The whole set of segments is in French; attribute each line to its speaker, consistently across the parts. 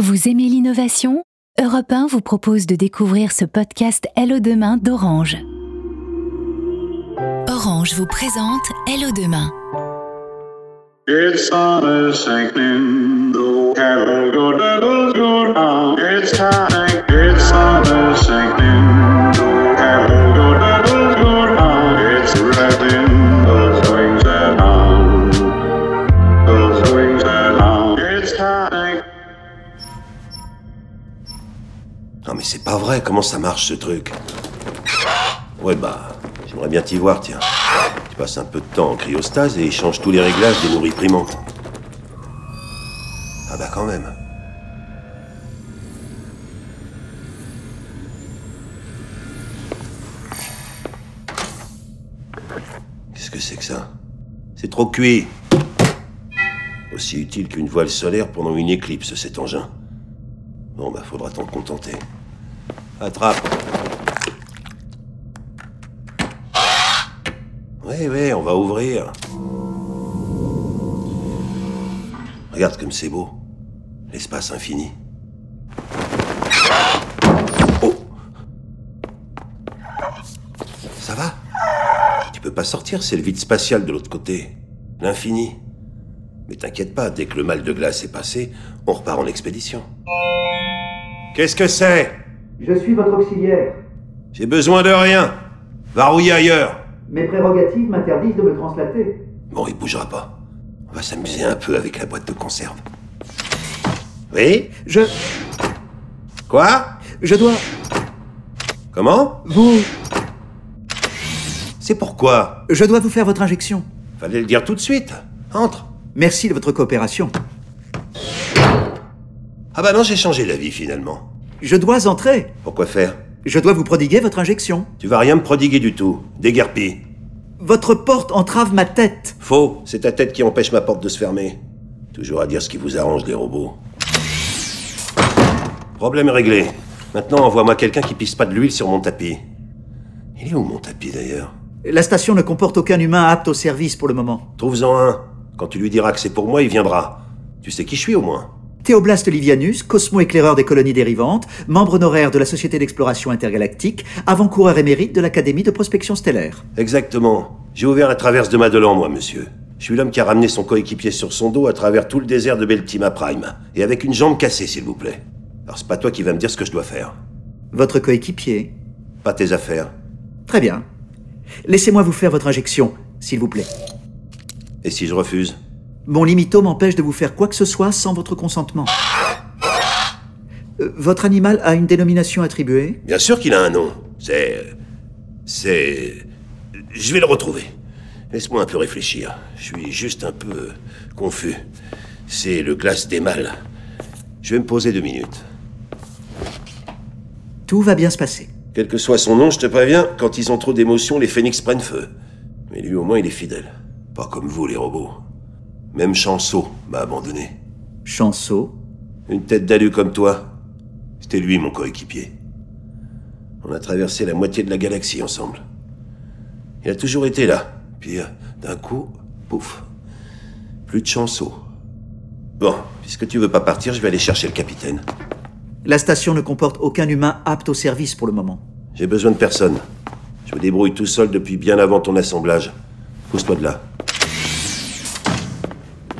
Speaker 1: Vous aimez l'innovation Europe 1 vous propose de découvrir ce podcast Hello Demain d'Orange. Orange vous présente Hello Demain.
Speaker 2: It's on a sinking, the cattle go down, go down. It's time, it's on a sinking, the cattle go down, go down. It's rising, the swings are down, the swings are down. It's time.
Speaker 3: Non mais c'est pas vrai, comment ça marche ce truc Ouais bah, j'aimerais bien t'y voir, tiens. Tu passes un peu de temps en cryostase et échanges tous les réglages des nourris primantes. Ah bah quand même. Qu'est-ce que c'est que ça C'est trop cuit Aussi utile qu'une voile solaire pendant une éclipse, cet engin. Bon, bah, faudra t'en contenter. Attrape. Ouais, ouais, on va ouvrir. Regarde comme c'est beau. L'espace infini. Oh Ça va Tu peux pas sortir, c'est le vide spatial de l'autre côté. L'infini. Mais t'inquiète pas, dès que le mal de glace est passé, on repart en expédition. Qu'est-ce que c'est
Speaker 4: Je suis votre auxiliaire.
Speaker 3: J'ai besoin de rien. Va rouiller ailleurs.
Speaker 4: Mes prérogatives m'interdisent de me translater.
Speaker 3: Bon, il bougera pas. On va s'amuser un peu avec la boîte de conserve. Oui
Speaker 5: Je.
Speaker 3: Quoi
Speaker 5: Je dois.
Speaker 3: Comment
Speaker 5: Vous.
Speaker 3: C'est pourquoi
Speaker 5: Je dois vous faire votre injection.
Speaker 3: Fallait le dire tout de suite. Entre.
Speaker 5: Merci de votre coopération.
Speaker 3: Ah bah non, j'ai changé d'avis finalement.
Speaker 5: Je dois entrer.
Speaker 3: Pourquoi faire
Speaker 5: Je dois vous prodiguer votre injection.
Speaker 3: Tu vas rien me prodiguer du tout. Déguerpi.
Speaker 5: Votre porte entrave ma tête.
Speaker 3: Faux. C'est ta tête qui empêche ma porte de se fermer. Toujours à dire ce qui vous arrange, les robots. Problème réglé. Maintenant, envoie-moi quelqu'un qui pisse pas de l'huile sur mon tapis. Il est où mon tapis d'ailleurs
Speaker 5: La station ne comporte aucun humain apte au service pour le moment.
Speaker 3: Trouve-en un. Quand tu lui diras que c'est pour moi, il viendra. Tu sais qui je suis au moins.
Speaker 5: Théoblaste Livianus, cosmo-éclaireur des colonies dérivantes, membre honoraire de la Société d'exploration intergalactique, avant-coureur émérite de l'Académie de prospection stellaire.
Speaker 3: Exactement. J'ai ouvert la traverse de Madelan, moi, monsieur. Je suis l'homme qui a ramené son coéquipier sur son dos à travers tout le désert de Beltima Prime. Et avec une jambe cassée, s'il vous plaît. Alors c'est pas toi qui vas me dire ce que je dois faire.
Speaker 5: Votre coéquipier.
Speaker 3: Pas tes affaires.
Speaker 5: Très bien. Laissez-moi vous faire votre injection, s'il vous plaît.
Speaker 3: Et si je refuse
Speaker 5: Mon limito m'empêche de vous faire quoi que ce soit sans votre consentement. Euh, Votre animal a une dénomination attribuée
Speaker 3: Bien sûr qu'il a un nom. C'est. C'est. Je vais le retrouver. Laisse-moi un peu réfléchir. Je suis juste un peu euh, confus. C'est le glace des mâles. Je vais me poser deux minutes.
Speaker 5: Tout va bien se passer.
Speaker 3: Quel que soit son nom, je te préviens, quand ils ont trop d'émotions, les phénix prennent feu. Mais lui, au moins, il est fidèle. Pas comme vous, les robots. Même Chanceau m'a abandonné.
Speaker 5: Chanceau,
Speaker 3: Une tête d'alu comme toi. C'était lui, mon coéquipier. On a traversé la moitié de la galaxie ensemble. Il a toujours été là. Puis, euh, d'un coup, pouf. Plus de Chanceau. Bon, puisque tu veux pas partir, je vais aller chercher le capitaine.
Speaker 5: la station ne comporte aucun humain apte au service pour le moment.
Speaker 3: J'ai besoin de personne. Je me débrouille tout seul depuis bien avant ton assemblage. Pousse-toi de là.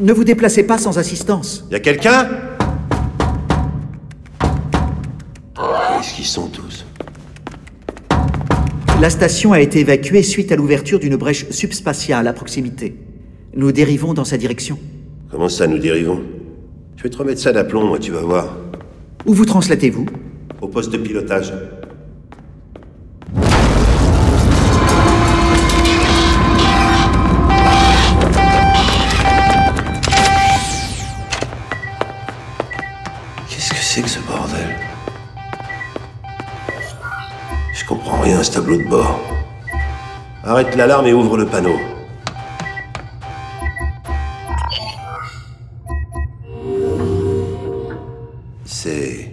Speaker 5: Ne vous déplacez pas sans assistance.
Speaker 3: Y a quelqu'un Qu'est-ce qu'ils sont tous
Speaker 5: La station a été évacuée suite à l'ouverture d'une brèche subspatiale à proximité. Nous dérivons dans sa direction.
Speaker 3: Comment ça, nous dérivons Je vais te remettre ça d'aplomb, moi, tu vas voir.
Speaker 5: Où vous translatez-vous
Speaker 3: Au poste de pilotage. Qu'est-ce que c'est que ce bordel Je comprends rien à ce tableau de bord. Arrête l'alarme et ouvre le panneau. C'est...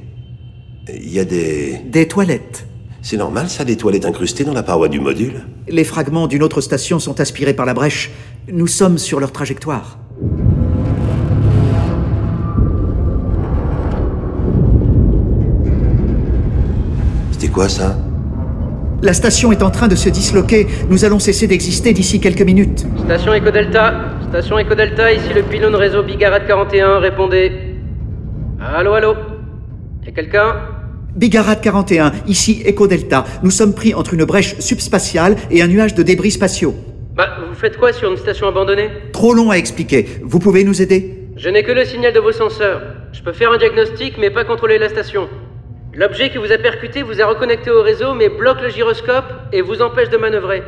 Speaker 3: Il y a des...
Speaker 5: Des toilettes.
Speaker 3: C'est normal, ça, des toilettes incrustées dans la paroi du module
Speaker 5: Les fragments d'une autre station sont aspirés par la brèche. Nous sommes sur leur trajectoire.
Speaker 3: quoi ça
Speaker 5: La station est en train de se disloquer. Nous allons cesser d'exister d'ici quelques minutes.
Speaker 6: Station Eco Delta, station Eco Delta, ici le pylône réseau Bigarat 41, répondez. Allô, allô Y'a quelqu'un
Speaker 5: Bigarat 41, ici Echo Delta. Nous sommes pris entre une brèche subspatiale et un nuage de débris spatiaux.
Speaker 6: Bah, vous faites quoi sur une station abandonnée
Speaker 5: Trop long à expliquer. Vous pouvez nous aider
Speaker 6: Je n'ai que le signal de vos senseurs. Je peux faire un diagnostic, mais pas contrôler la station. L'objet qui vous a percuté vous a reconnecté au réseau, mais bloque le gyroscope et vous empêche de manœuvrer.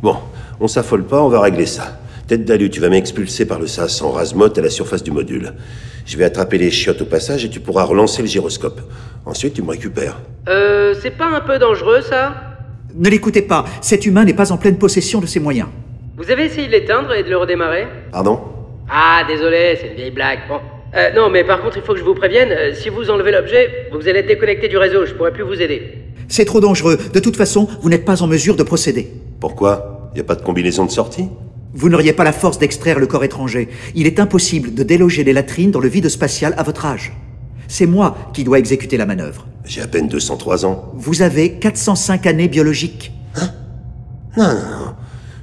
Speaker 3: Bon, on s'affole pas, on va régler ça. Tête d'alu, tu vas m'expulser par le sas en rasemote à la surface du module. Je vais attraper les chiottes au passage et tu pourras relancer le gyroscope. Ensuite, tu me récupères.
Speaker 6: Euh, c'est pas un peu dangereux ça
Speaker 5: Ne l'écoutez pas. Cet humain n'est pas en pleine possession de ses moyens.
Speaker 6: Vous avez essayé de l'éteindre et de le redémarrer
Speaker 3: Pardon
Speaker 6: Ah, désolé, c'est une vieille blague. Bon. Euh, non, mais par contre, il faut que je vous prévienne, euh, si vous enlevez l'objet, vous allez être déconnecté du réseau, je pourrai plus vous aider.
Speaker 5: C'est trop dangereux. De toute façon, vous n'êtes pas en mesure de procéder.
Speaker 3: Pourquoi Y a pas de combinaison de sortie
Speaker 5: Vous n'auriez pas la force d'extraire le corps étranger. Il est impossible de déloger les latrines dans le vide spatial à votre âge. C'est moi qui dois exécuter la manœuvre.
Speaker 3: J'ai à peine 203 ans.
Speaker 5: Vous avez 405 années biologiques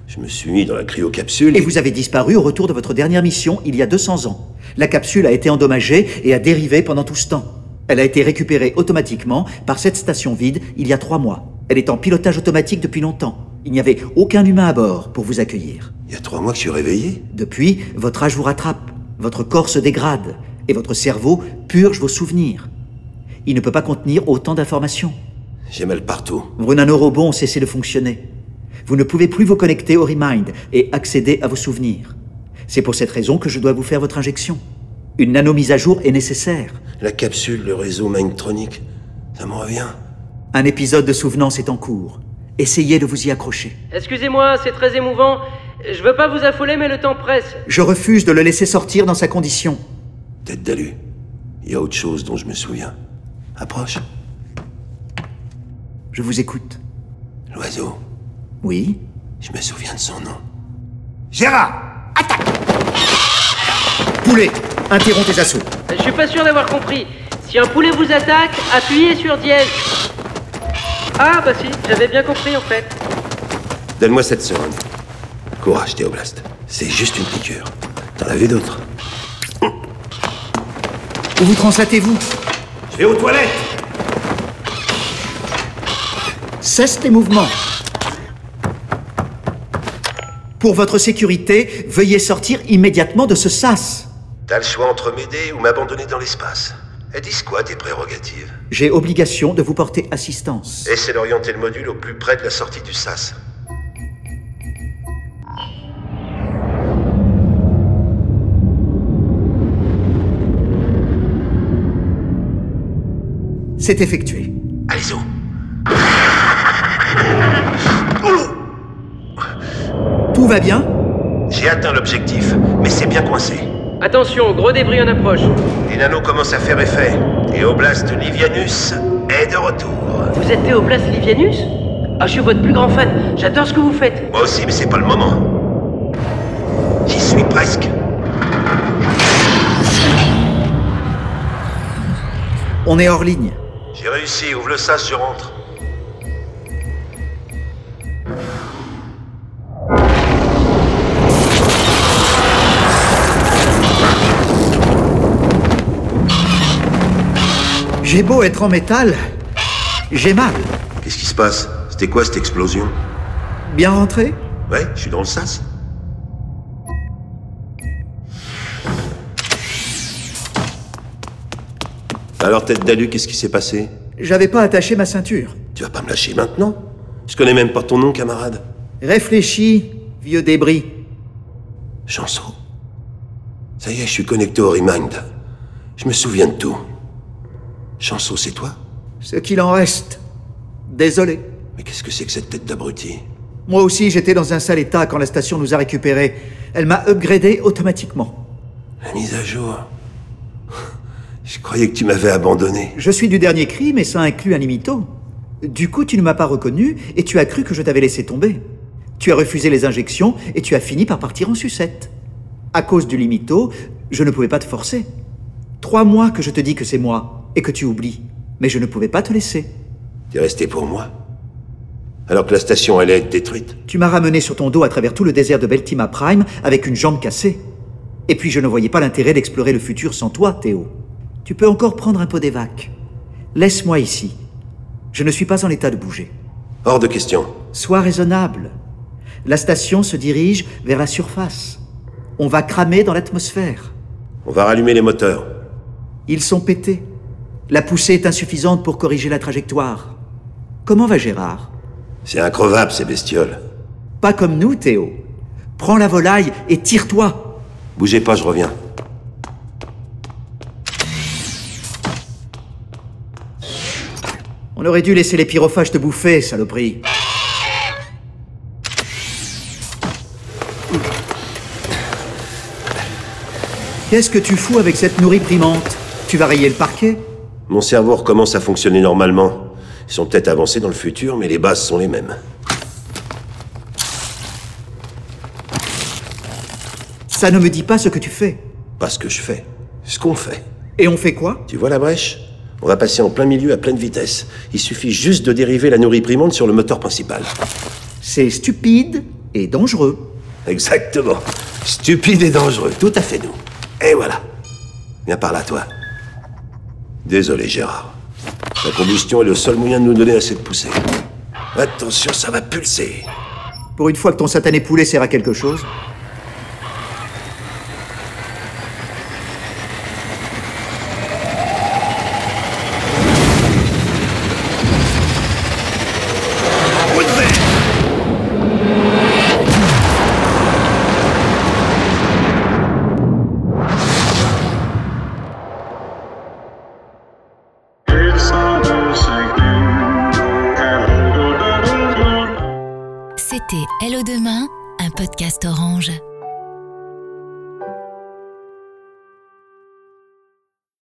Speaker 3: Je me suis mis dans la cryocapsule.
Speaker 5: et vous avez disparu au retour de votre dernière mission il y a 200 ans. La capsule a été endommagée et a dérivé pendant tout ce temps. Elle a été récupérée automatiquement par cette station vide il y a trois mois. Elle est en pilotage automatique depuis longtemps. Il n'y avait aucun humain à bord pour vous accueillir.
Speaker 3: Il y a trois mois que je suis réveillé.
Speaker 5: Depuis, votre âge vous rattrape, votre corps se dégrade et votre cerveau purge vos souvenirs. Il ne peut pas contenir autant d'informations.
Speaker 3: J'ai mal partout.
Speaker 5: Vos nanorobons ont cessé de fonctionner. Vous ne pouvez plus vous connecter au Remind et accéder à vos souvenirs. C'est pour cette raison que je dois vous faire votre injection. Une nano-mise à jour est nécessaire.
Speaker 3: La capsule, le réseau Mindtronic, ça me revient.
Speaker 5: Un épisode de souvenance est en cours. Essayez de vous y accrocher.
Speaker 6: Excusez-moi, c'est très émouvant. Je veux pas vous affoler, mais le temps presse.
Speaker 5: Je refuse de le laisser sortir dans sa condition.
Speaker 3: Tête d'alu. Il y a autre chose dont je me souviens. Approche.
Speaker 5: Je vous écoute.
Speaker 3: L'oiseau.
Speaker 5: Oui
Speaker 3: Je me souviens de son nom.
Speaker 5: Poulet, interromps tes assauts.
Speaker 6: Je suis pas sûr d'avoir compris. Si un poulet vous attaque, appuyez sur dièse. Ah, bah si, j'avais bien compris en fait.
Speaker 3: Donne-moi cette seringue. Courage, Théoblast. C'est juste une piqûre. T'en avais d'autres
Speaker 5: Où vous translatez-vous
Speaker 3: Je vais aux toilettes
Speaker 5: Cesse les mouvements. Pour votre sécurité, veuillez sortir immédiatement de ce sas.
Speaker 3: T'as le choix entre m'aider ou m'abandonner dans l'espace. Elles disent quoi tes prérogatives
Speaker 5: J'ai obligation de vous porter assistance.
Speaker 3: Essaie d'orienter le module au plus près de la sortie du SAS.
Speaker 5: C'est effectué.
Speaker 3: Allez-y
Speaker 5: Tout va bien
Speaker 3: J'ai atteint l'objectif, mais c'est bien coincé.
Speaker 6: Attention, gros débris en approche.
Speaker 3: Les nanos commencent à faire effet. Et Oblast Livianus est de retour.
Speaker 6: Vous êtes Théoplace Livianus Ah, je suis votre plus grand fan. J'adore ce que vous faites.
Speaker 3: Moi aussi, mais c'est pas le moment. J'y suis presque.
Speaker 5: On est hors ligne.
Speaker 3: J'ai réussi, ouvre le sas, je rentre.
Speaker 5: J'ai beau être en métal, j'ai mal.
Speaker 3: Qu'est-ce qui se passe C'était quoi cette explosion
Speaker 5: Bien rentré
Speaker 3: Ouais, je suis dans le sas. Alors, tête d'alu, qu'est-ce qui s'est passé
Speaker 5: J'avais pas attaché ma ceinture.
Speaker 3: Tu vas pas me lâcher maintenant Je connais même pas ton nom, camarade.
Speaker 5: Réfléchis, vieux débris.
Speaker 3: Chanson. Ça y est, je suis connecté au Remind. Je me souviens de tout. Chanson, c'est toi
Speaker 5: Ce qu'il en reste. Désolé.
Speaker 3: Mais qu'est-ce que c'est que cette tête d'abruti
Speaker 5: Moi aussi, j'étais dans un sale état quand la station nous a récupérés. Elle m'a upgradé automatiquement.
Speaker 3: La mise à jour. Je croyais que tu m'avais abandonné.
Speaker 5: Je suis du dernier cri, mais ça inclut un limito. Du coup, tu ne m'as pas reconnu et tu as cru que je t'avais laissé tomber. Tu as refusé les injections et tu as fini par partir en sucette. À cause du limito, je ne pouvais pas te forcer. Trois mois que je te dis que c'est moi et que tu oublies, mais je ne pouvais pas te laisser.
Speaker 3: T'es resté pour moi Alors que la station allait être détruite
Speaker 5: Tu m'as ramené sur ton dos à travers tout le désert de Beltima Prime avec une jambe cassée. Et puis je ne voyais pas l'intérêt d'explorer le futur sans toi, Théo. Tu peux encore prendre un pot d'évac. Laisse-moi ici. Je ne suis pas en état de bouger.
Speaker 3: Hors de question.
Speaker 5: Sois raisonnable. La station se dirige vers la surface. On va cramer dans l'atmosphère.
Speaker 3: On va rallumer les moteurs.
Speaker 5: Ils sont pétés. La poussée est insuffisante pour corriger la trajectoire. Comment va Gérard
Speaker 3: C'est increvable, ces bestioles.
Speaker 5: Pas comme nous, Théo. Prends la volaille et tire-toi.
Speaker 3: Bougez pas, je reviens.
Speaker 5: On aurait dû laisser les pyrophages te bouffer, saloperie. Qu'est-ce que tu fous avec cette nourriture primante Tu vas rayer le parquet
Speaker 3: Mon cerveau recommence à fonctionner normalement. Ils sont peut-être avancés dans le futur, mais les bases sont les mêmes.
Speaker 5: Ça ne me dit pas ce que tu fais.
Speaker 3: Pas ce que je fais, ce qu'on fait.
Speaker 5: Et on fait quoi
Speaker 3: Tu vois la brèche On va passer en plein milieu à pleine vitesse. Il suffit juste de dériver la nourriprimante sur le moteur principal.
Speaker 5: C'est stupide et dangereux.
Speaker 3: Exactement. Stupide et dangereux, tout à fait nous. Et voilà. Viens par là, toi. Désolé, Gérard. La combustion est le seul moyen de nous donner assez de poussée. Attention, ça va pulser.
Speaker 5: Pour une fois que ton satané poulet sert à quelque chose.
Speaker 2: It's on a sinking, hello, good, good, good.
Speaker 1: C'était Hello Demain, un podcast orange.